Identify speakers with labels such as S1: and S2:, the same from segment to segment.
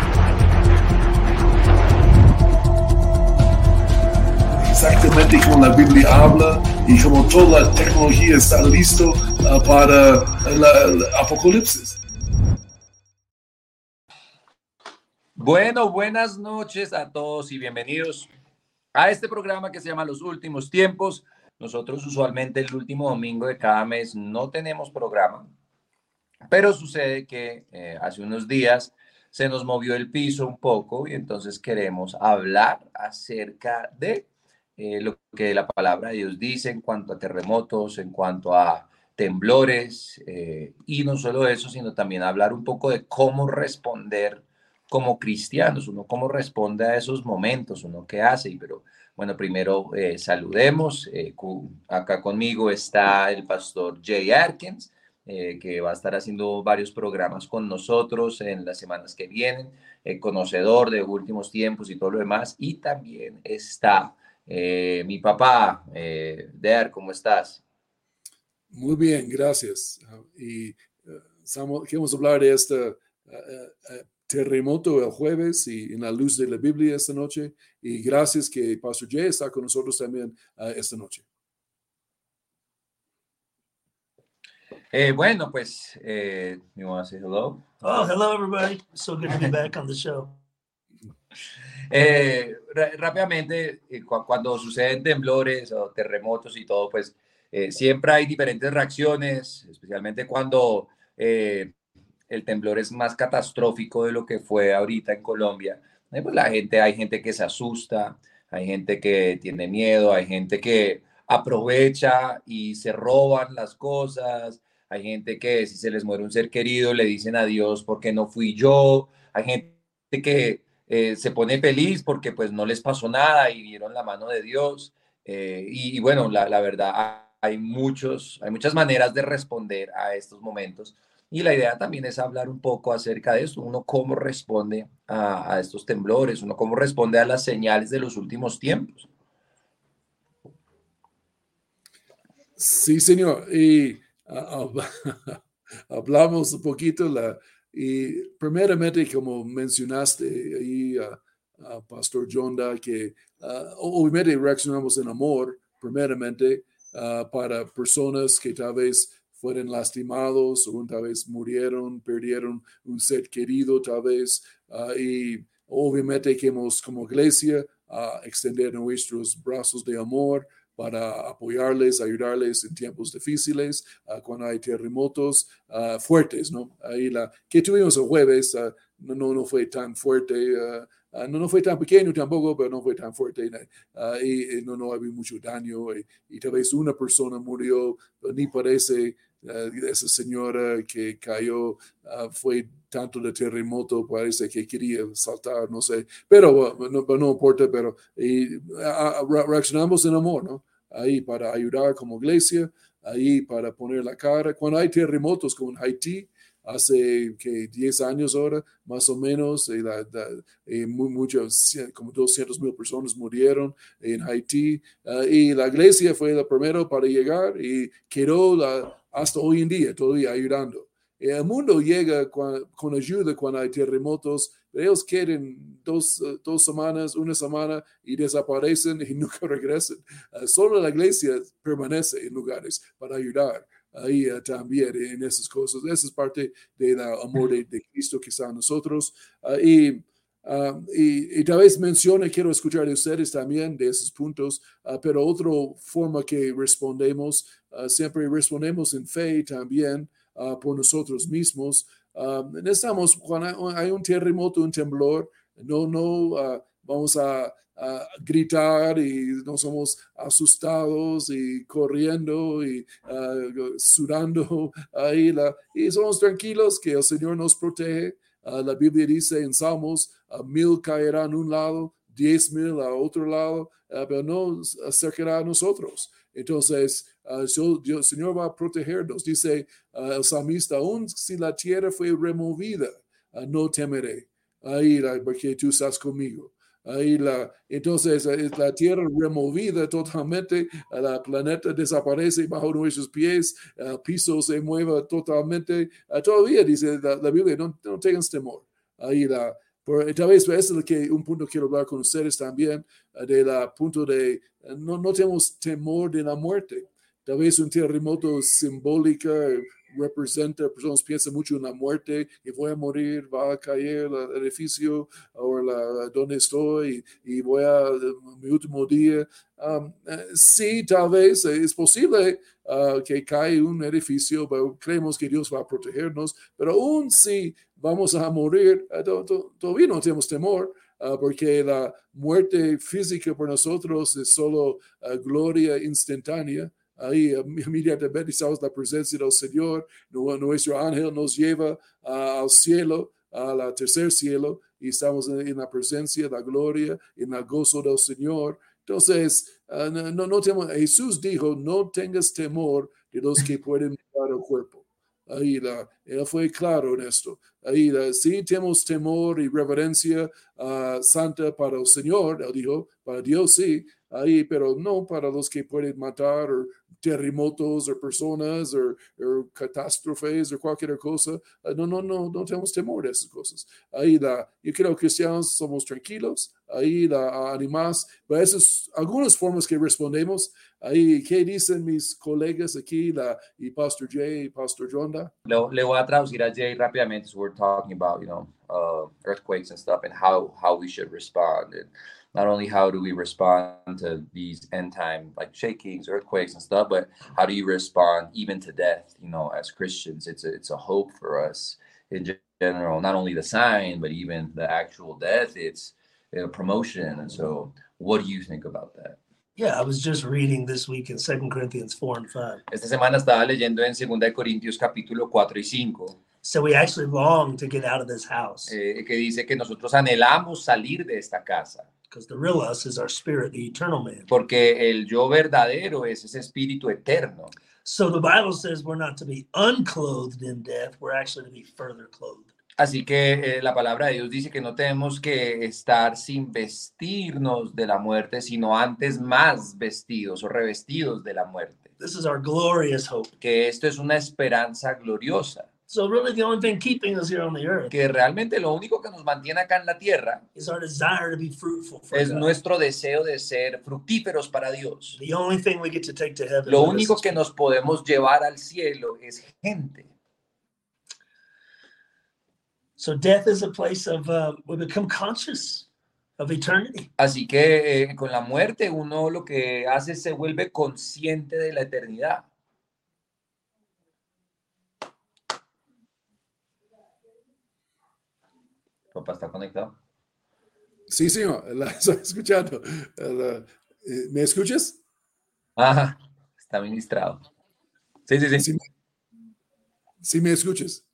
S1: exactamente como la Biblia habla y como toda la tecnología está listo uh, para el apocalipsis.
S2: Bueno, buenas noches a todos y bienvenidos a este programa que se llama Los Últimos Tiempos. Nosotros usualmente el último domingo de cada mes no tenemos programa, pero sucede que eh, hace unos días se nos movió el piso un poco y entonces queremos hablar acerca de eh, lo que la palabra de Dios dice en cuanto a terremotos, en cuanto a temblores, eh, y no solo eso, sino también hablar un poco de cómo responder como cristianos, uno cómo responde a esos momentos, uno qué hace, pero bueno, primero eh, saludemos, eh, acá conmigo está el pastor Jay Arkins, que va a estar haciendo varios programas con nosotros en las semanas que vienen, eh, conocedor de últimos tiempos y todo lo demás, y también está eh, mi papá, eh, Der, ¿cómo estás?
S1: Muy bien, gracias. Y uh, estamos, queremos hablar de este uh, uh, terremoto el jueves y en la luz de la Biblia esta noche. Y gracias que Pastor Jay está con nosotros también uh, esta noche.
S2: Eh, bueno, pues, eh, you want to say hello?
S3: Oh, hello everybody. So good to be back on the show.
S2: Eh, rápidamente, eh, cu cuando suceden temblores o terremotos y todo, pues eh, siempre hay diferentes reacciones, especialmente cuando eh, el temblor es más catastrófico de lo que fue ahorita en Colombia. Pues la gente, hay gente que se asusta, hay gente que tiene miedo, hay gente que aprovecha y se roban las cosas, hay gente que si se les muere un ser querido le dicen adiós porque no fui yo, hay gente que eh, se pone feliz porque pues no les pasó nada y vieron la mano de Dios. Eh, y, y, bueno, la, la, verdad, hay, muchos, hay muchas maneras de responder a estos momentos. Y la idea también es hablar un poco acerca de esto, uno cómo responde a, a estos temblores, uno cómo responde a las señales de los últimos tiempos.
S1: Sí, señor. Y uh, hablamos un poquito la, y primeramente, como mencionaste ahí, uh, uh, Pastor Jonda, que uh, obviamente reaccionamos en amor, primeramente, ah, para personas que tal vez fueron lastimados o tal vez murieron, perdieron un ser querido, tal vez. ah, y obviamente que hemos como iglesia ah, extender nuestros brazos de amor para apoyarles, ayudarles en tiempos difíciles, uh, cuando hay terremotos uh, fuertes, ¿no? Ahí la que tuvimos el jueves uh, no, no, fue tan fuerte, ah, no, no fue tan pequeño tampoco, pero no fue tan fuerte y, y no, no había mucho daño y, y, tal vez una persona murió, ni parece ah, esa señora ah, que cayó ah, fue tanto de terremoto, parece que quería saltar, no sé, pero ah, no, no importa, pero y, a, a, reaccionamos en amor, ¿no? Ahí para ayudar como iglesia, ahí para poner la cara. Cuando hay terremotos como en Haití, hace que 10 años ahora, más o menos, y la, la, eh, y muy, muchos, como 200 mil personas murieron en Haití, uh, y la iglesia fue la primera para llegar y quedó la, hasta hoy en día todavía ayudando. Eh, El mundo llega con, con, ayuda cuando hay terremotos. Ellos quedan dos, eh, dos, semanas, una semana y desaparecen y nunca regresan. Uh, solo la iglesia permanece en lugares para ayudar ahí uh, también en esas cosas. Esa es parte del amor de, de, Cristo que está en nosotros. Uh, y, ah, y, y, tal vez mencione, quiero escuchar de ustedes también de esos puntos, ah, pero otra forma que respondemos, ah, siempre respondemos en fe también. Uh, por nosotros mismos. Uh, necesitamos, cuando hay un terremoto, un temblor, no, no uh, vamos a, a, gritar y no somos asustados y corriendo y sudando ahí la, y somos tranquilos que el Señor nos protege. Ah, la Biblia dice en Salmos, mil caerán a un lado, ah, diez mil a otro lado, pero no acercará a nosotros. Entonces, ah, yo- Dios, el Señor va a protegernos. Dice ah, el salmista, aun si la tierra fue removida, ah, no temeré, ahí la- porque tú estás conmigo. Ahí la, entonces eh, es la tierra removida totalmente, eh, la planeta desaparece bajo nuestros pies, el piso se mueve totalmente. Eh, Todavía dice la, la Biblia, no, no tengas temor. Ahí la, por, tal vez ese es lo que, un punto que quiero hablar con ustedes también, eh, de la punto de, eh, no, no tenemos temor de la muerte. Tal vez un terremoto simbólico eh, representa, personas piensan mucho en la muerte, y voy a morir, va a caer el edificio, o la, donde estoy y, y voy a mi último día. Am, eh, sí, tal vez eh, es posible ah, que cae un edificio, pero creemos que Dios va a protegernos, pero aún si vamos a morir, eh, to- to- todavía no tenemos temor. ah, porque la muerte física por nosotros es solo ah, gloria instantánea. Ahí eh, inmediatamente estamos en la presencia del Señor, nu- nuestro ángel nos lleva ah, al cielo, al tercer cielo, y estamos en, en la presencia, la gloria, en el gozo del Señor. Entonces, ah, no, no, no temo- Jesús dijo, no tengas temor de los que pueden matar el cuerpo. Ahí la, él fue claro en esto. Ahí la, si tenemos temor y reverencia ah, santa para el Señor, él dijo, para Dios sí, ahí, pero no para los que pueden matar o terremotos o personas o, o catástrofes o cualquier cosa. Ah, No, no, no, no tenemos temor de esas cosas. Ahí la, yo creo que cristianos somos tranquilos, ahí la animas, pero esas algunas formas que respondemos. Ahí, ¿qué dicen mis colegas aquí, la, y Pastor Jay y Pastor Jonda?
S2: Le, le voy a traducir a Jay rápidamente. So we're talking about, you know, uh, earthquakes and stuff and how, how we should respond. And not only how do we respond to these end time like shakings, earthquakes and stuff, but how do you respond even to death, you know, as Christians? It's a, it's a hope for us in ge- general, not only the sign, but even the actual death. It's a promotion. And so what do you think about that?
S3: Yeah, I was just reading this week in Second Corinthians 4 and 5.
S2: Esta semana estaba leyendo en 2 de Corintios capítulo 4 y 5.
S3: So we actually long to get out of this house
S2: eh, que dice que nosotros anhelamos salir de esta casa,
S3: because the real us is our spirit, the eternal man.
S2: porque el yo verdadero es ese espíritu eterno.
S3: So the Bible says we're not to be unclothed in death, we're actually to be further clothed.
S2: Así que eh, la palabra de Dios dice que no tenemos que estar sin vestirnos de la muerte, sino antes más vestidos o revestidos de la muerte,
S3: This is our glorious hope.
S2: que esto es una esperanza gloriosa,
S3: So really the only thing keeping us here on the earth
S2: que realmente lo único que nos mantiene acá en la tierra
S3: is our desire to be fruitful for
S2: es
S3: God.
S2: nuestro deseo de ser fructíferos para Dios.
S3: The only thing we get to take to heaven.
S2: Lo
S3: with us
S2: único
S3: is
S2: que nos podemos llevar al cielo es gente.
S3: So death is a place of uh, we become conscious of eternity.
S2: Así que eh, con la muerte uno lo que hace es se vuelve consciente de la eternidad. Papá está conectado.
S1: Sí, señor, la estoy escuchando. La- eh, ¿Me escuchas?
S2: Ajá, está ministrado. Sí, sí, sí.
S1: Sí, sí me escuchas.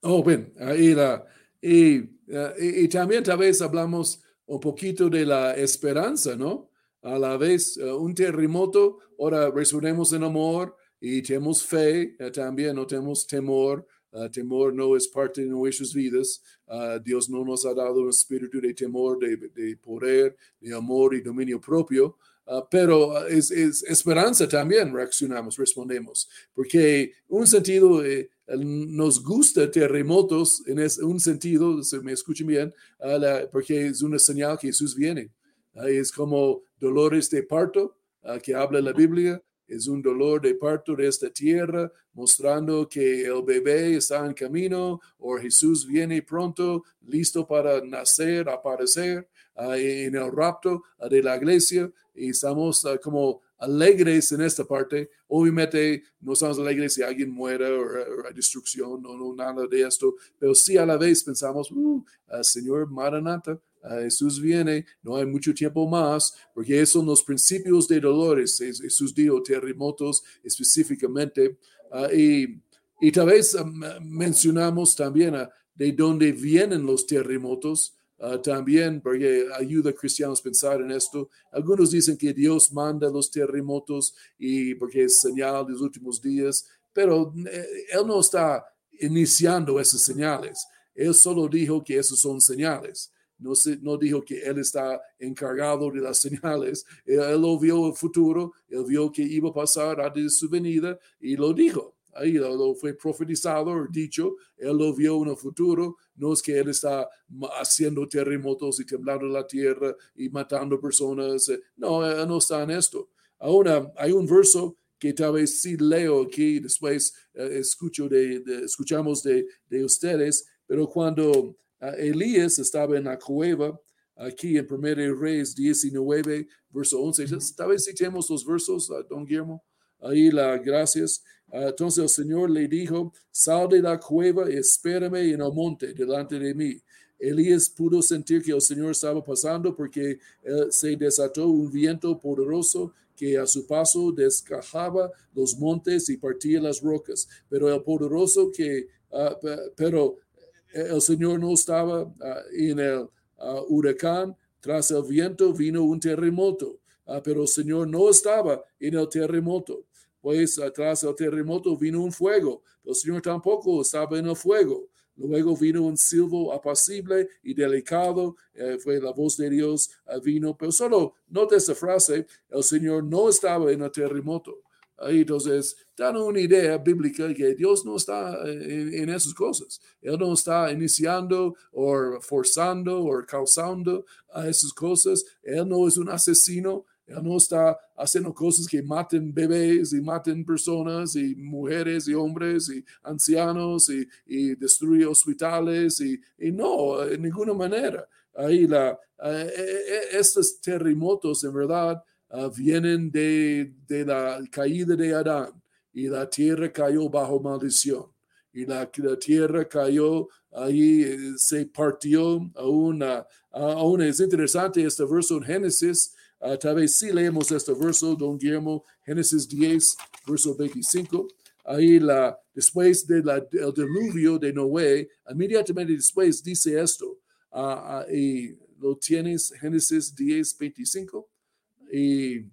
S1: Oh, bien. Ahí la- y, eh, y- y también tal vez hablamos un poquito de la esperanza, ¿no? A la vez, eh, un terremoto, ahora respondemos en amor y tenemos fe, eh, también no tenemos temor. Eh, temor no es parte de nuestras vidas. Ah, Dios no nos ha dado un espíritu de temor, de, de poder, de amor y dominio propio. Ah, pero ah, es, es esperanza también reaccionamos, respondemos, porque un sentido eh, el- nos gusta terremotos en es, un sentido, se me escuchen bien, ah, la- porque es una señal que Jesús viene. Ah, es como dolores de parto ah, que habla la Biblia, es un dolor de parto de esta tierra, mostrando que el bebé está en camino o Jesús viene pronto, listo para nacer, aparecer ah, en el rapto ah, de la iglesia y estamos ah, como alegres en esta parte. Obviamente no estamos alegres si alguien muera o, eh, o hay destrucción o no, nada de esto, pero sí a la vez pensamos, "Uh, ah, Señor Maranata, ah, Jesús viene, no hay mucho tiempo más, porque esos son los principios de dolores, Es- Jesús dijo terremotos específicamente. Ah, y, y tal vez ah, mencionamos también ah, de dónde vienen los terremotos, ah, también, porque ayuda a cristianos a pensar en esto. Algunos dicen que Dios manda los terremotos y porque es señal de los últimos días, pero eh, Él no está iniciando esas señales. Él solo dijo que esas son señales. No, se- no dijo que Él está encargado de las señales. Él, él lo vio el futuro, Él vio que iba a pasar antes de su venida y lo dijo. Ahí lo, lo fue profetizado o dicho. Él lo vio en el futuro. No es que Él está ma- haciendo terremotos y temblando la tierra y matando personas. Eh, No, Él no está en esto. Ahora, hay un verso que tal vez sí leo aquí y después eh, escucho de, de- escuchamos de, de ustedes, pero cuando ah, Elías estaba en la cueva, aquí en 1 Reyes 19, verso 11, entonces, tal vez citemos los versos, ah, don Guillermo, ahí la gracias. Ah, entonces el Señor le dijo, sal de la cueva y espérame en el monte delante de mí. Elías pudo sentir que el Señor estaba pasando porque eh, se desató un viento poderoso que a su paso descajaba los montes y partía las rocas. Pero el poderoso que, ah, pe- pero eh, el Señor no estaba ah, en el ah, huracán, tras el viento vino un terremoto, Ah, pero el Señor no estaba en el terremoto. Pues ah, tras el terremoto vino un fuego, pero el Señor tampoco estaba en el fuego. Luego vino un silbo apacible y delicado, eh, fue la voz de Dios, ah, vino, pero solo nota esa frase, el Señor no estaba en el terremoto. Ahí, Entonces, dan una idea bíblica que Dios no está eh, en, en esas cosas. Él no está iniciando o forzando o causando a esas cosas. Él no es un asesino. Él no está haciendo cosas que maten bebés y maten personas y mujeres y hombres y ancianos y, y destruye hospitales y, y no, en ninguna manera. Ahí la, eh, eh, eh, estos terremotos en verdad ah, vienen de, de la caída de Adán y la tierra cayó bajo maldición y la, la tierra cayó ahí, eh, se partió aún. ah, aún es interesante este verso en Génesis, ah, tal vez sí leemos este verso, don Guillermo, Génesis 10, verso 25. Ahí la, después del diluvio de Noé, inmediatamente después dice esto, ah, ah, y lo tienes Génesis 10, 25 y, y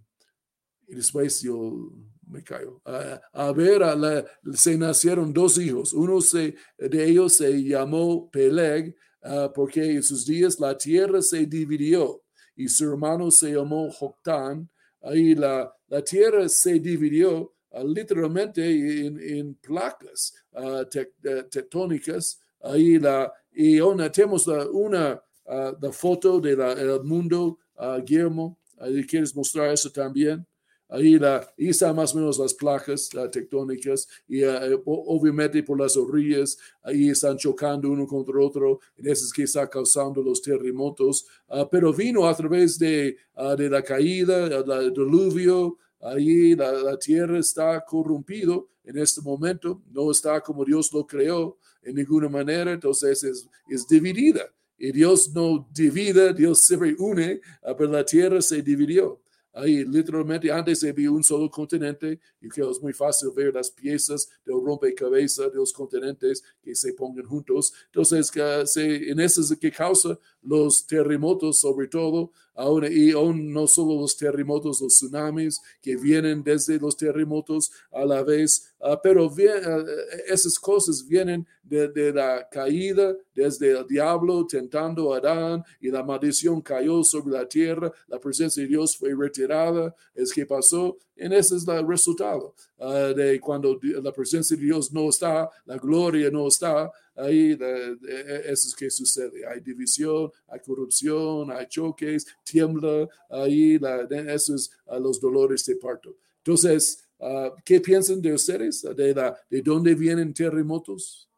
S1: después yo me callo. Ah, a ver, a la- se nacieron dos hijos. Uno se- de ellos se llamó Peleg, ah, porque en sus días la tierra se dividió y su hermano se llamó Joctán. Ahí la, la tierra se dividió ah, literalmente en, en placas ah, tec- eh, tectónicas. Ahí la, y aún tenemos la- una ah, la foto del mundo, ah, Guillermo. Ahí ¿Quieres mostrar eso también? Ahí, la, ahí están más o menos las placas ah, tectónicas y ah, o- obviamente por las orillas ahí están chocando uno contra otro. En eso es que está causando los terremotos. Ah, pero vino a través de, ah, de la caída, ah, la- el diluvio. Ahí la, la tierra está corrompido en este momento. No está como Dios lo creó en ninguna manera. Entonces es, es dividida. Y Dios no divide, Dios siempre une, ah, pero la tierra se dividió. Ahí literalmente antes había un solo continente y que es muy fácil ver las piezas del rompecabezas de los continentes que se pongan juntos. Entonces, que se- en eso es que causa los terremotos sobre todo, ahora y aún no solo los terremotos, los tsunamis que vienen desde los terremotos a la vez, ah, pero vi- ah, esas cosas vienen de, de la caída desde el diablo tentando a Adán y la maldición cayó sobre la tierra, la presencia de Dios fue retirada, es que pasó, en ese es el resultado ah, de cuando di- la presencia de Dios no está, la gloria no está, ahí la- e- e- eso es que sucede. Hay división, hay corrupción, hay choques, tiembla, ahí la, de- eso es ah, los dolores de parto. Entonces, ah, ¿qué piensan de ustedes? ¿De, la, ¿De dónde vienen terremotos?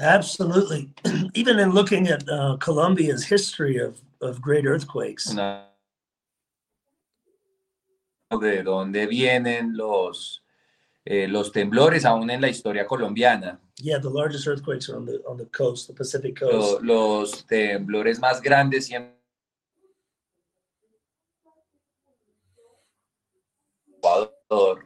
S3: Absolutely. Even in looking at uh, Colombia's history of, of great earthquakes,
S2: Una- de dónde vienen los, eh, los temblores aún en la historia colombiana.
S3: yeah, the largest earthquakes are on the on the coast, the Pacific
S2: Lo-
S3: coast.
S2: los temblores más grandes siempre Ecuador.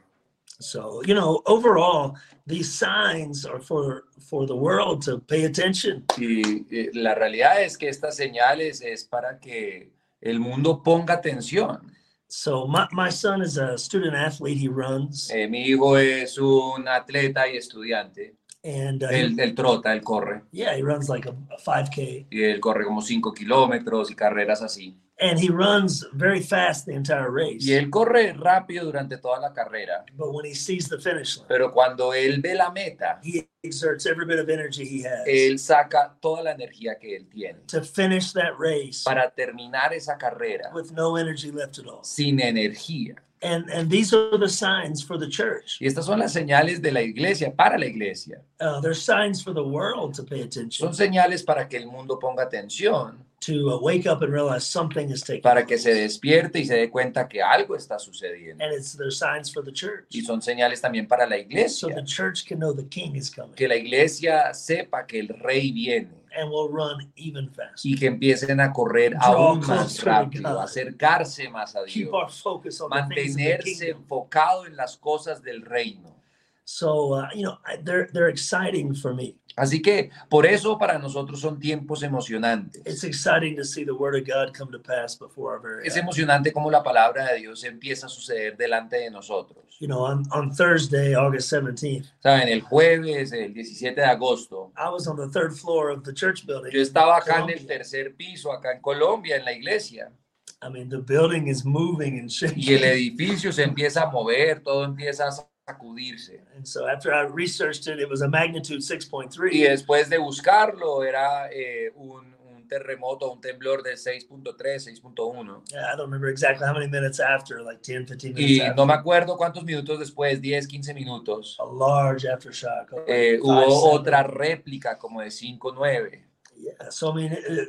S3: So, you know, overall, these signs are for for the world to pay attention.
S2: Y eh, la realidad es que estas señales es para que el mundo ponga atención.
S3: So my, my son is a student athlete. He runs
S2: Eh, mi hijo es un atleta y estudiante.
S3: and uh, he-
S2: Él, él trota, él corre.
S3: yeah, he runs like a, a 5K
S2: Y él corre como 5 kilómetros y carreras así.
S3: and he runs very fast the entire race.
S2: Y él corre rápido durante toda la carrera.
S3: But when he sees the finish line,
S2: Pero cuando él ve la meta,
S3: he exerts every bit of energy he has
S2: él saca toda la energía que él tiene
S3: to finish that race
S2: para terminar esa carrera
S3: with no energy left at all.
S2: sin energía.
S3: And and these are the signs for the church.
S2: Y estas son las señales de la iglesia, para la iglesia.
S3: Uh, they're signs for the world to pay attention
S2: Son señales para que el mundo ponga atención,
S3: to uh, wake up and realize something is taking.
S2: para que se despierte y se dé cuenta que algo está sucediendo.
S3: and it's their signs for the church.
S2: Y son señales también para la
S3: So the
S2: iglesia,
S3: church can know the king is coming
S2: que la iglesia sepa que el rey viene
S3: and will run even faster.
S2: y que empiecen a correr
S3: Draw
S2: aún más
S3: closer to
S2: rápido,
S3: God.
S2: acercarse más a
S3: Keep
S2: Dios,
S3: our focus on the things of the
S2: mantenerse
S3: kingdom.
S2: enfocado en las cosas del reino.
S3: So uh, you know I, they're they're exciting for me.
S2: Así que por eso para nosotros son tiempos emocionantes.
S3: It's exciting to see the word of God come to pass before our very
S2: Es
S3: eyes.
S2: emocionante cómo la palabra de Dios empieza a suceder delante de nosotros.
S3: You know, on, on Thursday, August 17th,
S2: Saben, el jueves, el 17 de agosto,
S3: I was on the third floor of the church building.
S2: yo estaba acá en el
S3: Colombia.
S2: tercer piso, acá en Colombia, en la iglesia,
S3: I mean, the building is moving and
S2: y el
S3: shaking.
S2: edificio se empieza a mover, todo empieza a sacudirse.
S3: And so after I researched it, it was a magnitude 6.3.
S2: Y después de buscarlo, era eh, un, un terremoto, un temblor de 6.3, 6.1.
S3: Yeah, I don't remember exactly how many minutes after, like 10, 15 minutes
S2: Y
S3: after.
S2: no me acuerdo cuántos minutos después, 10, 15 minutos,
S3: a large aftershock. like
S2: eh,
S3: five,
S2: hubo
S3: seven.
S2: otra réplica como de 5, 9.
S3: Yeah, so I mean, it, it-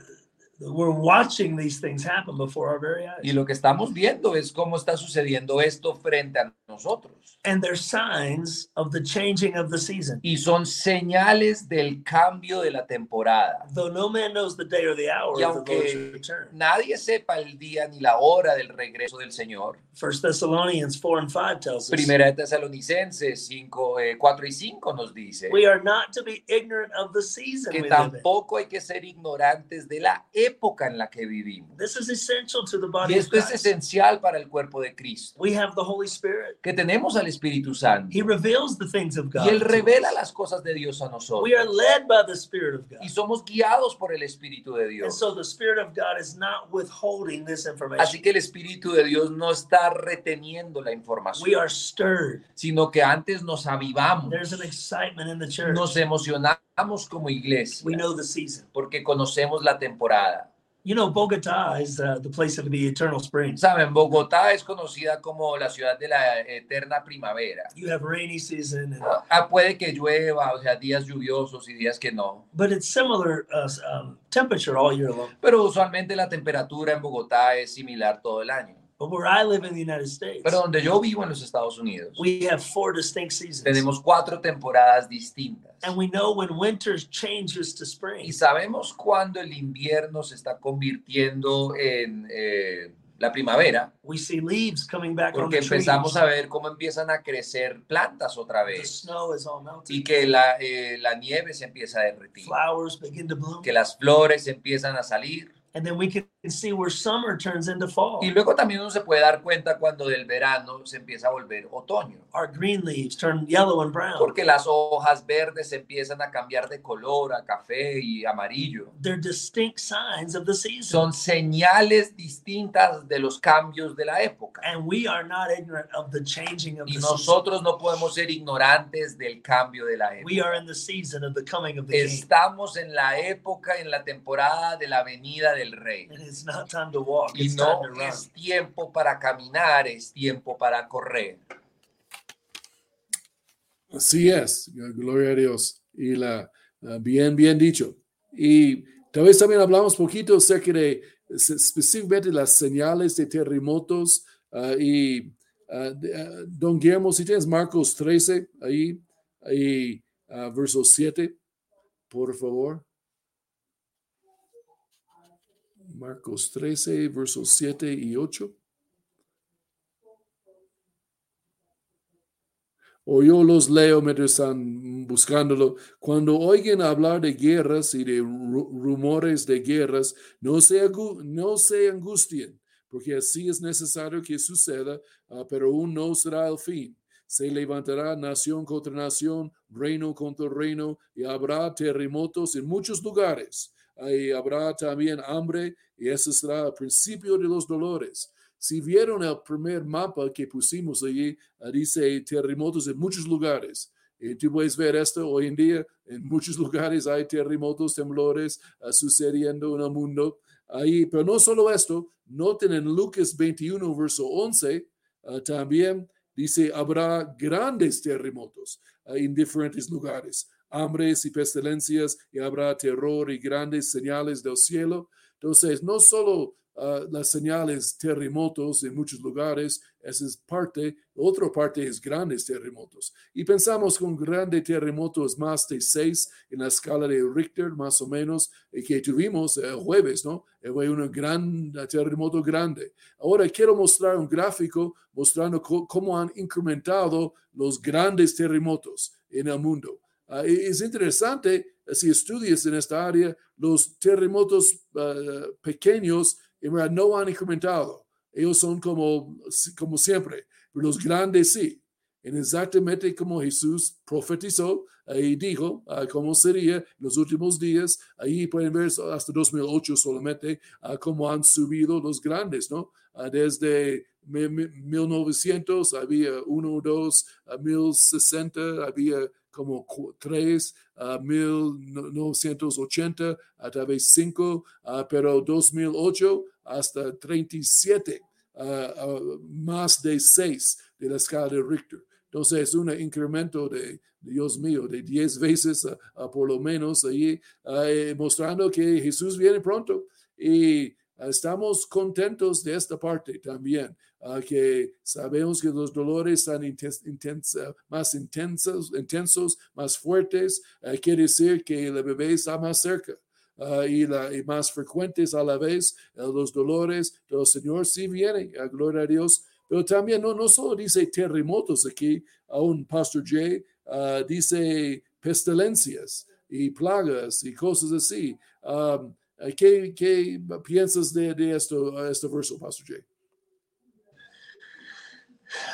S3: we're watching these things happen before our very eyes,
S2: Y lo que estamos viendo es cómo está sucediendo esto frente a nosotros.
S3: and they're signs of the changing of the season.
S2: Y son señales del cambio de la temporada.
S3: Though no man knows the day or the hour
S2: Y
S3: of the Lord's
S2: aunque-
S3: return.
S2: Nadie sepa el día ni la hora del regreso del Señor.
S3: First Thessalonians four and five tells us
S2: Primera de Tesalonicenses 5, 4 y 5 nos dice.
S3: we are not to be ignorant of the season
S2: que
S3: we live in.
S2: tampoco hay que ser ignorantes de la época en la que vivimos.
S3: This is essential to the
S2: Y
S3: body of
S2: esto es
S3: Christ.
S2: esencial para el cuerpo de Cristo,
S3: we have the Holy Spirit.
S2: que tenemos al Espíritu Santo
S3: He reveals the things of God.
S2: y Él
S3: to
S2: revela
S3: us.
S2: las cosas de Dios a
S3: We are
S2: nosotros
S3: led by the Spirit of God.
S2: y somos guiados por el Espíritu de
S3: And
S2: Dios.
S3: so the Spirit of God is not withholding this
S2: Así
S3: information.
S2: que el Espíritu de Dios no está reteniendo la
S3: We
S2: información,
S3: are stirred.
S2: sino que antes nos avivamos,
S3: There's an excitement in the church.
S2: nos emocionamos como
S3: We
S2: iglesia,
S3: know the season.
S2: porque conocemos la temporada.
S3: You know, Bogota is uh, the place of the eternal springs.
S2: Saben, Bogotá es conocida como la ciudad de la eterna primavera.
S3: You have rainy season, and,
S2: Ah, puede que llueva, o sea, días lluviosos y días que no.
S3: but it's similar uh, um, temperature all year long.
S2: Pero usualmente la temperatura en Bogotá es similar todo el año.
S3: But where I live in the United States,
S2: Pero donde yo vivo en los Estados Unidos,
S3: we have four distinct seasons,
S2: tenemos cuatro temporadas distintas.
S3: and we know when winter changes to spring.
S2: Y sabemos cuándo el invierno se está convirtiendo en eh, la primavera,
S3: We see leaves coming back on
S2: porque
S3: the trees.
S2: empezamos a ver cómo empiezan a crecer plantas otra
S3: The
S2: vez
S3: snow is all melted.
S2: y que la, eh, la nieve se empieza a derretir,
S3: Flowers begin to bloom,
S2: que las flores empiezan a salir.
S3: and then we can see where summer turns into fall.
S2: Y luego también uno se puede dar cuenta cuando del verano se empieza a volver otoño,
S3: our green leaves turn yellow and brown.
S2: porque las hojas verdes empiezan a cambiar de color a café y amarillo.
S3: They're distinct signs of the season.
S2: Son señales distintas de los cambios de la época.
S3: And we are not ignorant of the changing of
S2: Y
S3: the season.
S2: nosotros no podemos ser ignorantes del cambio de la
S3: We
S2: época.
S3: are in the season of the coming of the king.
S2: Estamos en la época, en la temporada de la venida del rey.
S3: And it's not time to walk,
S2: Y
S3: it's time to
S2: no
S3: run.
S2: es tiempo para caminar, es tiempo para correr.
S1: Así es, gloria a Dios. Y la ah, bien, bien dicho. Y tal vez también hablamos poquito acerca de es- específicamente las señales de terremotos. ah, y ah, de- ah, don Guillermo, si tienes Marcos 13 ahí, ahí ah, verso 7, por favor. Marcos 13, versos 7 y 8. o yo los leo mientras están buscándolo. Cuando oigan hablar de guerras y de ru- rumores de guerras, no se, agu- no se angustien, porque así es necesario que suceda, ah, pero aún no será el fin. Se levantará nación contra nación, reino contra reino, y habrá terremotos en muchos lugares. Ah, Y habrá también hambre, y ese será el principio de los dolores. Si vieron el primer mapa que pusimos allí, ah, dice terremotos en muchos lugares. Y tú puedes ver esto hoy en día, en muchos lugares hay terremotos, temblores ah, sucediendo en el mundo. Ahí, pero no solo esto, noten en Lucas 21, verso 11, ah, también dice, habrá grandes terremotos ah, en diferentes lugares, hambres y pestilencias, y habrá terror y grandes señales del cielo. Entonces, no solo ah, las señales terremotos en muchos lugares, esa es parte, otra parte es grandes terremotos. Y pensamos con grande terremoto es más de 6 en la escala de Richter, más o menos, eh, que tuvimos el jueves, ¿no? Eh, Fue un gran eh, terremoto grande. Ahora quiero mostrar un gráfico mostrando co- cómo han incrementado los grandes terremotos en el mundo. Ah, e- es interesante, eh, si estudias en esta área, los terremotos ah, pequeños en verdad no han incrementado. Ellos son como, como siempre, pero los grandes sí. En exactamente como Jesús profetizó eh, y dijo ah, cómo sería en los últimos días. Ahí pueden ver so- hasta 2008 solamente ah, cómo han subido los grandes, ¿no? Ah, desde mi- mi- 1900 había uno, dos, a 1060 había como cu- tres, ah, a 1980 a tal vez cinco, ah, pero 2008 hasta 37, ah, ah, más de seis de la escala de Richter. Entonces es un incremento de, Dios mío, de 10 veces ah, ah, por lo menos ahí, ah, eh, mostrando que Jesús viene pronto y ah, estamos contentos de esta parte también, ah, que sabemos que los dolores están inten- intensa- más intensos, intensos, más fuertes, ah, quiere decir que el bebé está más cerca. ah, y, la- y más frecuentes a la vez eh, los dolores del Señor sí vienen, ah, gloria a Dios, pero también no, no solo dice terremotos aquí, aún Pastor J ah, dice pestilencias y plagas y cosas así. Am, eh, ¿qué, qué piensas de, de esto, eh, este verso, Pastor J?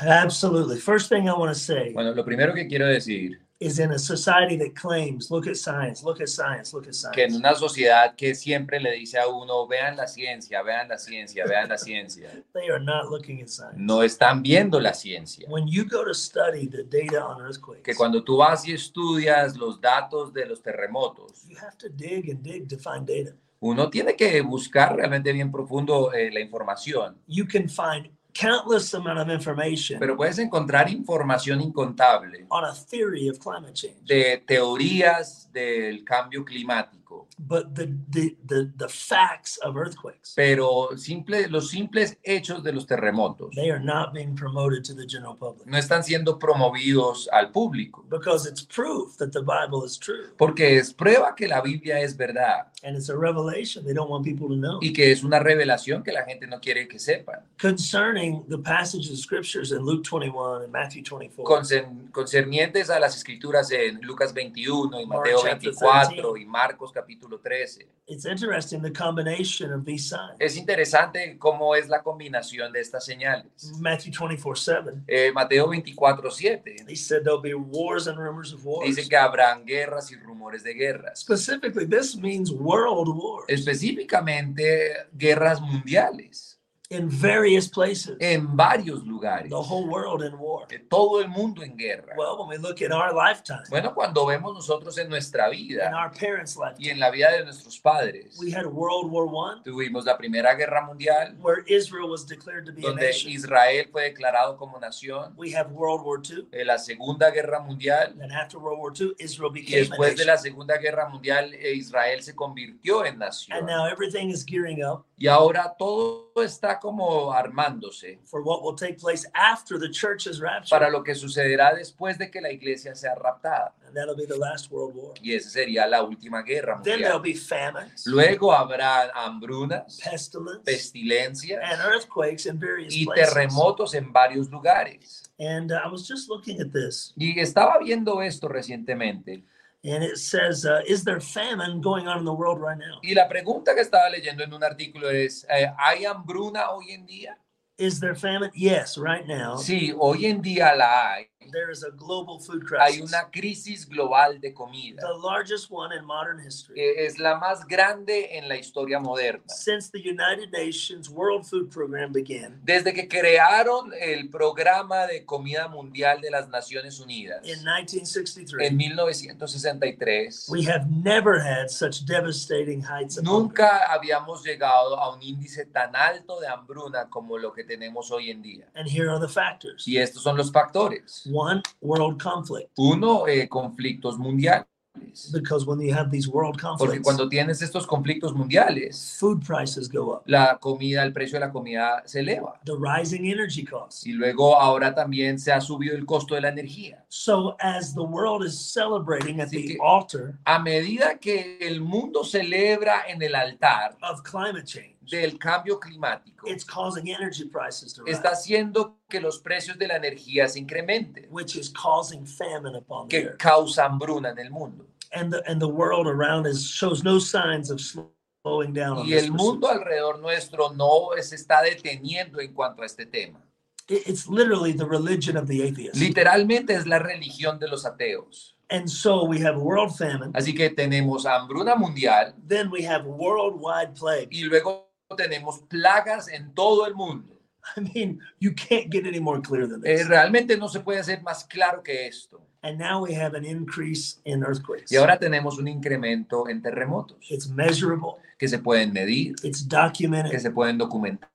S3: Absolutely. First thing I want to say
S2: Bueno, lo primero que quiero decir,
S3: is in a society that claims, look at science, look at science, look at
S2: que en
S3: science.
S2: una sociedad que siempre le dice a uno, vean la ciencia, vean la ciencia, vean la ciencia,
S3: They are not looking at science.
S2: no están viendo la ciencia.
S3: When you go to study the data on earthquakes,
S2: Que cuando tú vas y estudias los datos de los terremotos,
S3: you have to dig and dig to find data.
S2: uno tiene que buscar realmente bien profundo eh, la información,
S3: You can find countless amount of information
S2: pero puedes encontrar información incontable
S3: on a theory of climate change.
S2: de teorías del cambio climático,
S3: But the, the, the, the facts of earthquakes,
S2: pero simple, los simples hechos de los terremotos
S3: they are not being promoted to the general public
S2: no están siendo promovidos al público,
S3: because it's proof that the Bible is true.
S2: porque es prueba que la Biblia es verdad
S3: And it's a revelation they don't want people to know
S2: y que es una revelación que la gente no quiere que sepan
S3: concerning the passages of scriptures in Luke 21 and Matthew 24.
S2: Concern- concernientes a las escrituras en Lucas 21 y
S3: Mark
S2: Mateo
S3: chapter
S2: 24
S3: 13.
S2: y Marcos capítulo 13.
S3: it's interesting the combination of these signs.
S2: Es interesante cómo es la combinación de estas señales.
S3: Matthew 24 7,
S2: Eh, Mateo 24, 7
S3: he said there'll be wars and rumors of wars.
S2: dice que habrán guerras y rumores de guerras,
S3: Specifically, this means world wars
S2: específicamente guerras mundiales
S3: in various places,
S2: en varios lugares,
S3: the whole world in war.
S2: de todo el mundo en guerra.
S3: Well, when we look at our lifetime,
S2: Bueno, cuando vemos nosotros en nuestra
S3: in
S2: vida
S3: our parents' lifetime,
S2: y en la vida de nuestros padres,
S3: we had World War One,
S2: tuvimos la Primera Guerra Mundial,
S3: where Israel was declared to be a
S2: donde
S3: nation.
S2: Israel fue declarado como nación,
S3: We have World War Two,
S2: eh, la Segunda Guerra Mundial,
S3: and after World War Two, Israel
S2: y
S3: became a
S2: después de
S3: nation.
S2: la Segunda Guerra Mundial eh, Israel se convirtió en
S3: And
S2: nación.
S3: now everything is gearing up
S2: y ahora todo está como armándose
S3: for what will take place after the church is raptured.
S2: para lo que sucederá después de que la iglesia sea raptada.
S3: And that'll be the last world war.
S2: Y esa sería la última guerra
S3: Then there'll
S2: mundial.
S3: be famines,
S2: Luego habrá hambrunas,
S3: pestilence,
S2: pestilencias
S3: and earthquakes in various
S2: y
S3: places.
S2: terremotos en varios lugares.
S3: And uh, I was just looking at this,
S2: Y estaba viendo esto recientemente
S3: and it says, uh, Is there famine going on in the world right now?
S2: y la pregunta que estaba leyendo en un artículo es, eh, ¿hay hambruna hoy en día?
S3: Is there famine? Yes, right now.
S2: Sí, hoy en día la hay.
S3: There is a global food
S2: Hay
S3: crisis,
S2: una crisis global de comida.
S3: the largest one in modern history.
S2: que Es la más grande en la historia moderna.
S3: Since the United Nations World Food Program began
S2: Desde que crearon el programa de comida mundial de las Naciones Unidas
S3: in
S2: en
S3: 1963,
S2: 1963,
S3: we have never had such devastating heights of hunger.
S2: nunca habíamos llegado a un índice tan alto de hambruna como lo que tenemos hoy en día.
S3: And here are the factors.
S2: Y estos son los factores.
S3: One, world conflict.
S2: Uno, eh, conflictos mundiales.
S3: Because when you have these world
S2: Porque
S3: conflicts,
S2: cuando tienes estos conflictos mundiales,
S3: food prices go up.
S2: la comida, el precio de la comida se eleva.
S3: The rising energy costs.
S2: Y luego ahora también se ha subido el costo de la energía.
S3: So as the world is celebrating at
S2: Así
S3: the
S2: que-
S3: altar
S2: A medida que el mundo celebra en el altar
S3: of climate change,
S2: del cambio climático,
S3: it's causing energy prices to rise,
S2: está haciendo que los precios de la energía se incrementen,
S3: which is causing famine upon the
S2: que
S3: earth.
S2: causa hambruna en el mundo.
S3: And the and the world around us shows no signs of sl- slowing down. On
S2: Y
S3: this
S2: el
S3: pursuit.
S2: mundo alrededor nuestro no se está deteniendo en cuanto a este tema.
S3: It- it's literally the religion of the atheist.
S2: Literalmente es la religión de los ateos.
S3: and so we have world famine.
S2: Así que tenemos hambruna mundial
S3: Then we have worldwide plague.
S2: y luego tenemos plagas en todo el mundo.
S3: I mean, you can't get any more clear than
S2: Eh,
S3: this.
S2: realmente no se puede hacer más claro que esto.
S3: And now we have an increase in earthquakes.
S2: Y ahora tenemos un incremento en terremotos
S3: It's measurable.
S2: que se pueden medir,
S3: It's
S2: que
S3: documented.
S2: se pueden documentar.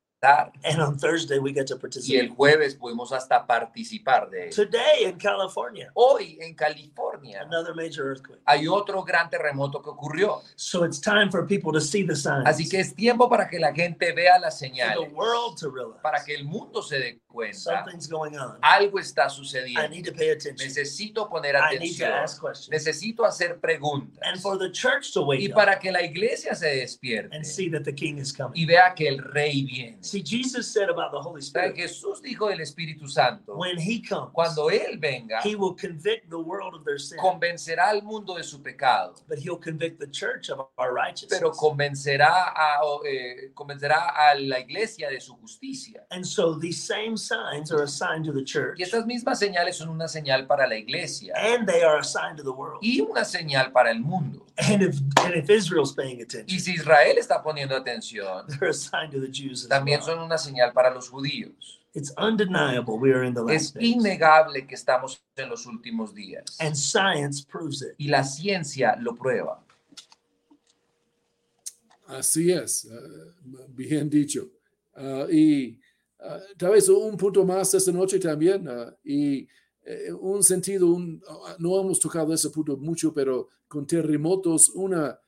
S3: And on Thursday we get to
S2: Y
S3: participate.
S2: el jueves pudimos hasta participar de eso.
S3: Today in California,
S2: Hoy en California
S3: another major earthquake.
S2: hay otro gran terremoto que ocurrió.
S3: So it's time for people to see the signs.
S2: Así que es tiempo para que la gente vea las
S3: for the
S2: señales,
S3: world to realize
S2: para que Ah, el mundo se dé cuenta.
S3: something's going on.
S2: Algo está
S3: I
S2: sucediendo.
S3: need to pay attention.
S2: Necesito poner
S3: I need to
S2: atención.
S3: ask questions.
S2: Necesito hacer
S3: And
S2: preguntas.
S3: for the church to
S2: Y
S3: wake up
S2: para que la iglesia se despierte
S3: and see that the king is
S2: y
S3: coming.
S2: vea que el rey viene.
S3: See, Jesus said about the Holy
S2: O sea,
S3: Spirit,
S2: Jesús dijo del Espíritu Santo,
S3: when he comes,
S2: cuando Él venga,
S3: he will convict the world of their sin,
S2: convencerá al mundo de su pecado,
S3: but he'll convict the church of our righteousness.
S2: pero convencerá a, o, eh, convencerá a la iglesia de su justicia.
S3: And so these same signs are a sign to the church,
S2: Y estas mismas señales son una señal para la iglesia
S3: and they are a sign to the world.
S2: y una señal para el mundo.
S3: And if and if Israel's paying attention,
S2: Y si Israel está poniendo atención,
S3: they're a sign to the Jews as
S2: también
S3: well.
S2: son una señal para los judíos.
S3: It's undeniable we are in the
S2: Es
S3: last days,
S2: innegable que estamos en los últimos días.
S3: and science proves it.
S2: y la ciencia lo prueba.
S1: Así es, eh, bien dicho. Ah, y ah, tal vez un punto más esta noche también, ah, y eh, un sentido, un- ah, no hemos tocado ese punto mucho, pero con terremotos una,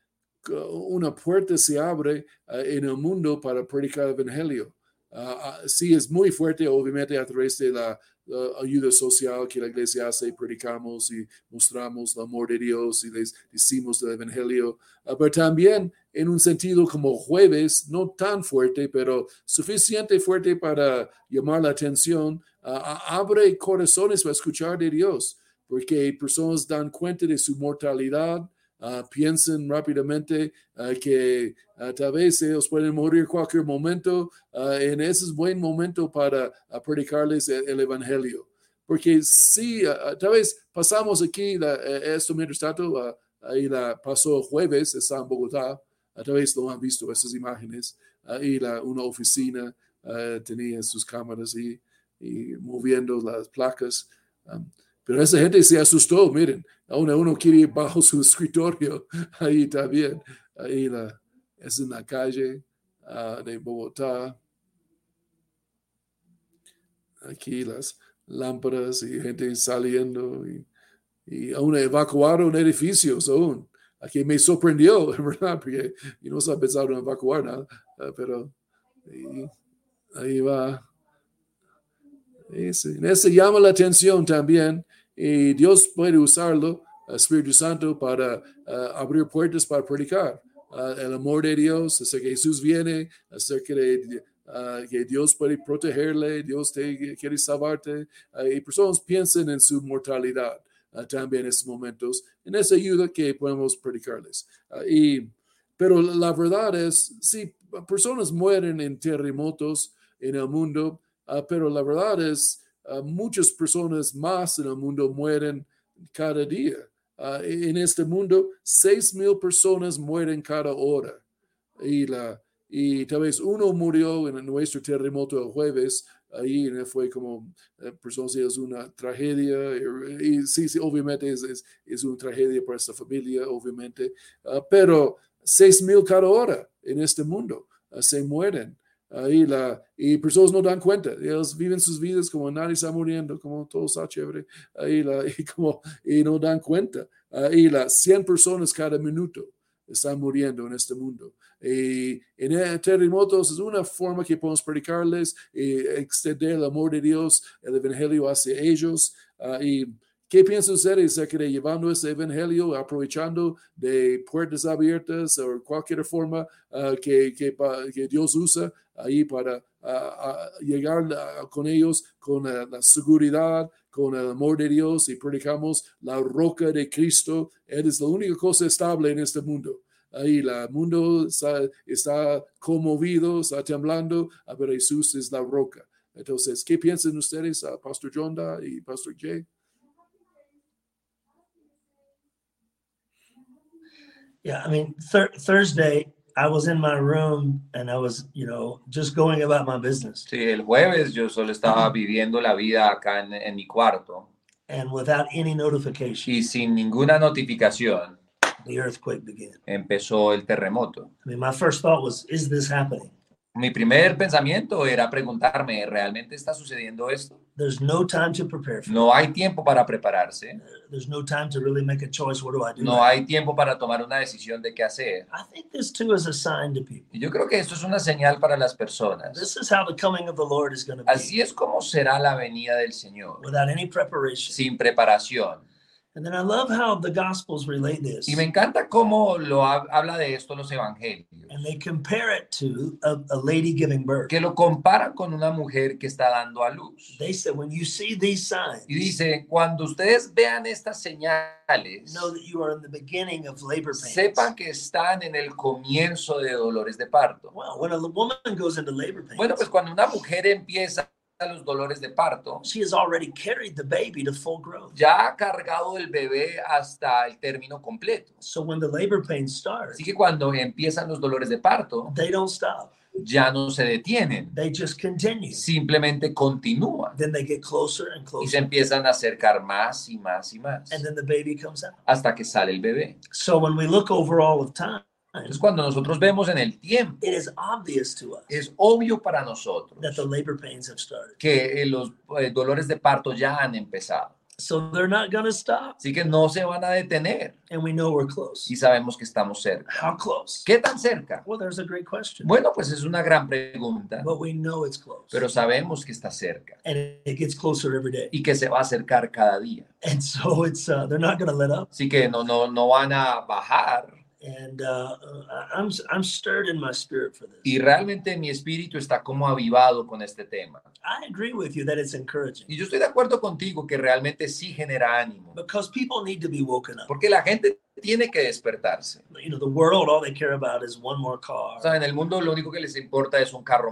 S1: una puerta se abre ah, en el mundo para predicar el Evangelio. Ah, ah, sí, es muy fuerte, obviamente, a través de la, la ayuda social que la iglesia hace, predicamos y mostramos el amor de Dios y les decimos del Evangelio, Ah, pero también en un sentido como jueves, no tan fuerte, pero suficiente fuerte para llamar la atención, ah, ah, abre corazones para escuchar de Dios, porque personas dan cuenta de su mortalidad, ah, piensan rápidamente ah, que ah, tal vez ellos pueden morir cualquier momento, ah, en ese es buen momento para ah, predicarles el- el Evangelio porque sí, ah, ah, tal vez pasamos aquí la, eh, esto mientras tanto, ah, ahí la pasó el jueves, está en Bogotá, ah, tal vez lo han visto esas imágenes, ahí la, una oficina ah, tenía sus cámaras y, y moviendo las placas, am, pero esa gente se asustó, miren, aún uno quiere ir bajo su escritorio, ahí también, ahí la, es en la calle ah, de Bogotá, aquí las lámparas y gente saliendo y, y aún evacuaron edificios aún. Aquí me sorprendió, en ¿verdad? Porque yo no estaba pensando en evacuar nada, Ah, pero y- ahí va. Ese, en ese llama la atención también y Dios puede usarlo, el Espíritu Santo, para ah, abrir puertas para predicar ah, el amor de Dios, acerca que Jesús viene, acerca de ah, que Dios puede protegerle, Dios te quiere salvarte. Ah, y personas piensen en su mortalidad ah, también en estos momentos, en esa ayuda que podemos predicarles. Ah, y, pero la- la verdad es, sí, personas mueren en terremotos en el mundo, ah, pero la verdad es, ah, muchas personas más en el mundo mueren cada día. Ah, en este mundo, 6 mil personas mueren cada hora. Y, la, y tal vez uno murió en nuestro terremoto el jueves, ahí eh, fue como, eh, personas, es una tragedia, y, y sí, sí, obviamente es, es, es una tragedia para esta familia, obviamente, ah, pero 6 mil cada hora en este mundo ah, se mueren. ah, y, la, y personas no dan cuenta, ellos viven sus vidas como nadie está muriendo, como todo está chévere, ah, y, la, y, como, y no dan cuenta. ah, y las 100 personas cada minuto están muriendo en este mundo. Y en eh, terremotos es una forma que podemos predicarles y extender el amor de Dios, el evangelio hacia ellos. Ah, ¿Y qué piensan ustedes acerca de llevando ese evangelio, aprovechando de puertas abiertas o cualquier forma ah, que, que pa- que Dios usa ahí para ah, ah, llegar ah, con ellos con ah, la seguridad, con el amor de Dios y predicamos la roca de Cristo? Él es la única cosa estable en este mundo ahí el mundo está, está conmovido, está temblando, ah, pero Jesús es la roca. Entonces, ¿qué piensan ustedes, ah, Pastor Jonda y Pastor Jay?
S3: Yeah, I mean, thur- Thursday, I was in my room and I was, you know, just going about my business.
S2: Sí, el jueves yo solo estaba viviendo la vida acá en, en mi cuarto
S3: And without any notification,
S2: y sin ninguna notificación
S3: the earthquake began.
S2: empezó el terremoto.
S3: I mean, my first thought was, is this happening?
S2: Mi primer pensamiento era preguntarme, ¿realmente está sucediendo esto?
S3: There's no time to prepare for
S2: No hay tiempo para prepararse,
S3: it. There's no time to really make a choice. What do I do?
S2: no hay tiempo para tomar una decisión de qué hacer.
S3: I think this too is a sign to people.
S2: Y yo creo que esto es una señal para las personas.
S3: This is how the coming of the Lord is going to be
S2: Así es como será la venida del Señor,
S3: without any preparation.
S2: sin preparación.
S3: And then I love how the Gospels relate this
S2: Y me encanta cómo lo ha- habla de esto los evangelios,
S3: and they compare it to a, a lady giving birth.
S2: que lo comparan con una mujer que está dando a luz.
S3: They said, when you see these signs,
S2: Y dice, cuando ustedes vean estas señales,
S3: know that you are in the beginning of labor pains.
S2: sepan que están en el comienzo de dolores de parto.
S3: Wow, when a woman goes into labor pains,
S2: Bueno, pues cuando una mujer empieza los dolores de parto,
S3: she has already carried the baby to full growth.
S2: ya ha cargado el bebé hasta el término completo.
S3: So when the labor pains start,
S2: Así que cuando empiezan los dolores de parto,
S3: they don't stop.
S2: ya no se detienen,
S3: They just continue.
S2: simplemente continúan
S3: Then they get closer and
S2: y se
S3: closer,
S2: empiezan a acercar más y más y más
S3: and then the baby comes out.
S2: hasta que sale el bebé.
S3: So when we look over all of time,
S2: Entonces
S3: it
S2: cuando nosotros vemos en el tiempo,
S3: is obvious to us
S2: es obvio para nosotros
S3: that the labor pains have started.
S2: que eh, los eh, dolores de parto ya han empezado.
S3: So they're not going to stop,
S2: Así que no se van a detener
S3: and we know we're close.
S2: y sabemos que estamos cerca.
S3: How close?
S2: ¿Qué tan cerca?
S3: Well, there's a great question,
S2: Bueno, pues es una gran pregunta,
S3: but we know it's close,
S2: pero sabemos que está cerca
S3: and it it gets closer every day.
S2: y que se va a acercar cada día.
S3: and so it's uh, they're not going to let up
S2: Así que no, no, no van a bajar
S3: and uh, uh, i'm i'm stirred in my spirit for this
S2: y realmente mi espíritu está como avivado con este tema.
S3: i agree with you that it's encouraging
S2: Y yo estoy de acuerdo contigo que realmente sí genera ánimo,
S3: because people need to be woken up
S2: porque la gente tiene que despertarse.
S3: you know the world all they care about is one more car
S2: O sea, en el mundo lo único que les importa es un carro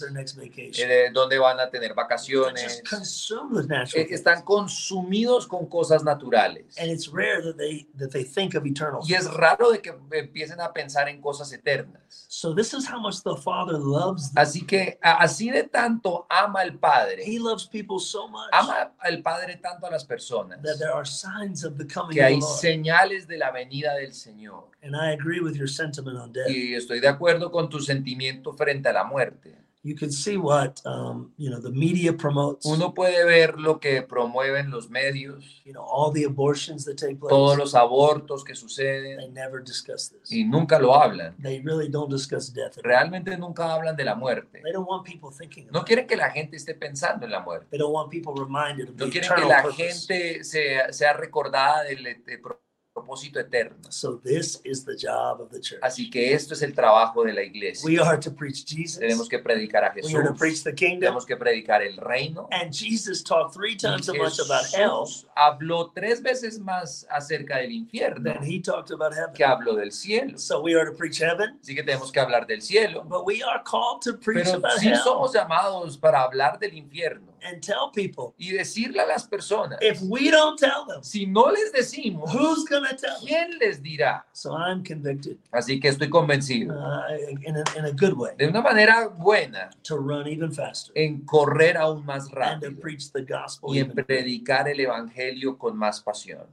S2: más,
S3: their next vacation
S2: eh, dónde van a tener
S3: They're
S2: vacaciones.
S3: just consumed with natural
S2: Eh,
S3: things.
S2: Están consumidos con cosas naturales.
S3: and it's rare that they that they think of eternal
S2: Y es
S3: things.
S2: raro de que empiecen a pensar en cosas eternas.
S3: so this is how much the father loves them.
S2: Así que a- así de tanto ama al Padre,
S3: he loves people so much
S2: ama al Padre tanto a las personas,
S3: that there are signs of the coming
S2: que
S3: of the
S2: hay
S3: Lord.
S2: señales de la venida del Señor.
S3: and i agree with your sentiment on death
S2: Y estoy de acuerdo con tu sentimiento frente a la muerte.
S3: you can see what um, you know the media promotes.
S2: Uno puede ver lo que promueven los medios,
S3: you know all the abortions that take place.
S2: todos los abortos que
S3: They
S2: suceden
S3: never discuss this.
S2: y nunca lo hablan.
S3: They really don't discuss death.
S2: Realmente nunca hablan de la muerte.
S3: They don't want people thinking
S2: No
S3: about. it.
S2: quieren que la gente esté pensando en la muerte.
S3: They don't want people reminded of
S2: No
S3: the
S2: quieren que
S3: eternal
S2: la
S3: purpose.
S2: gente sea, sea recordada del et- pro- propósito eterno.
S3: So this is the job of the church.
S2: Así que esto es el trabajo de la iglesia.
S3: We are to preach Jesus.
S2: Tenemos que predicar a
S3: We are to preach
S2: Jesús.
S3: the kingdom.
S2: Tenemos que predicar el reino.
S3: And Jesus talked three times as much about hell
S2: Jesús habló tres veces más acerca del infierno
S3: than he talked about heaven.
S2: que habló del cielo.
S3: So we are to preach heaven,
S2: Así que tenemos que hablar del cielo.
S3: but we are called to preach
S2: Pero
S3: about
S2: sí
S3: hell
S2: somos llamados para hablar del infierno
S3: and tell people.
S2: y decirle a las personas,
S3: If we don't tell them,
S2: si no les decimos,
S3: who's going to tell them?
S2: ¿quién les dirá?
S3: So I'm convicted
S2: Así que estoy convencido,
S3: uh, in, a, in a good way
S2: de una manera buena,
S3: to run even faster
S2: en correr aún más
S3: and to
S2: rápido
S3: preach the gospel.
S2: y en
S3: Even.
S2: predicar el evangelio con más pasión.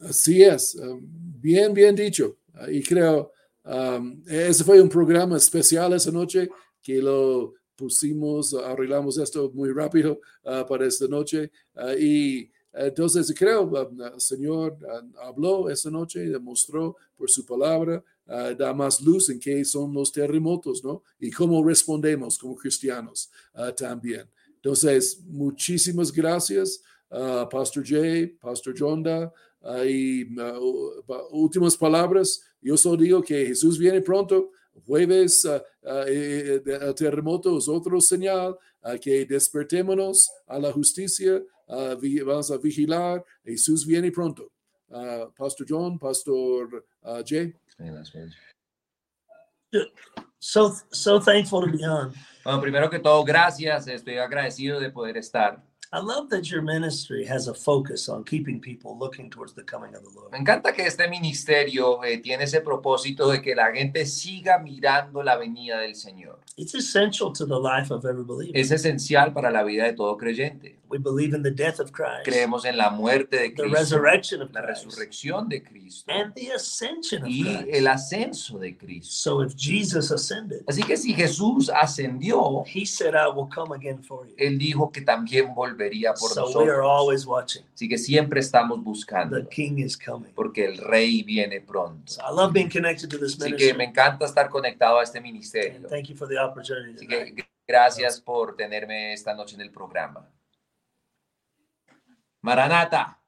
S1: Así es, um, bien, bien dicho. Ah, Y creo, um, ese fue un programa especial esa noche que lo pusimos, arreglamos esto muy rápido ah, para esta noche. Ah, y entonces creo, um, el Señor ah, habló esa noche, demostró por su palabra, ah, da más luz en qué son los terremotos, ¿no? Y cómo respondemos como cristianos ah, también. Entonces, muchísimas gracias, ah, Pastor Jay, Pastor Jonda. Ah, y ah, u- pa- últimas palabras, yo solo digo que Jesús viene pronto, jueves, ah, ah, eh, eh, de- el terremoto es otro señal, ah, que despertémonos a la justicia, ah, vi- vamos a vigilar, Jesús viene pronto. Ah, Pastor John, Pastor ah, Jay.
S3: So, so thankful to be on.
S2: Bueno, primero que todo, gracias, estoy agradecido de poder estar.
S3: I love that your ministry has a focus on keeping people looking towards the coming of the Lord.
S2: Me encanta que este ministerio eh, tiene ese propósito de que la gente siga mirando la venida del Señor.
S3: It's essential to the life of every believer.
S2: Es esencial para la vida de todo creyente.
S3: We believe in the death of Christ,
S2: Creemos en la muerte de
S3: the
S2: Cristo,
S3: resurrection of
S2: la
S3: Christ,
S2: resurrección de Cristo
S3: and the ascension of
S2: y el
S3: Christ.
S2: ascenso de Cristo.
S3: So if Jesus ascended,
S2: Así que si Jesús ascendió,
S3: he said, I will come again for you.
S2: Él dijo que también volvería por
S3: So we are
S2: nosotros.
S3: always watching.
S2: Así que siempre estamos
S3: The
S2: buscando,
S3: King is coming.
S2: porque el Rey viene pronto.
S3: So I love being connected to this
S2: Así que me
S3: ministry.
S2: encanta estar conectado a este
S3: And
S2: ministerio.
S3: thank you for the opportunity.
S2: Así
S3: tonight.
S2: que gracias por tenerme esta noche en el programa. Maranata.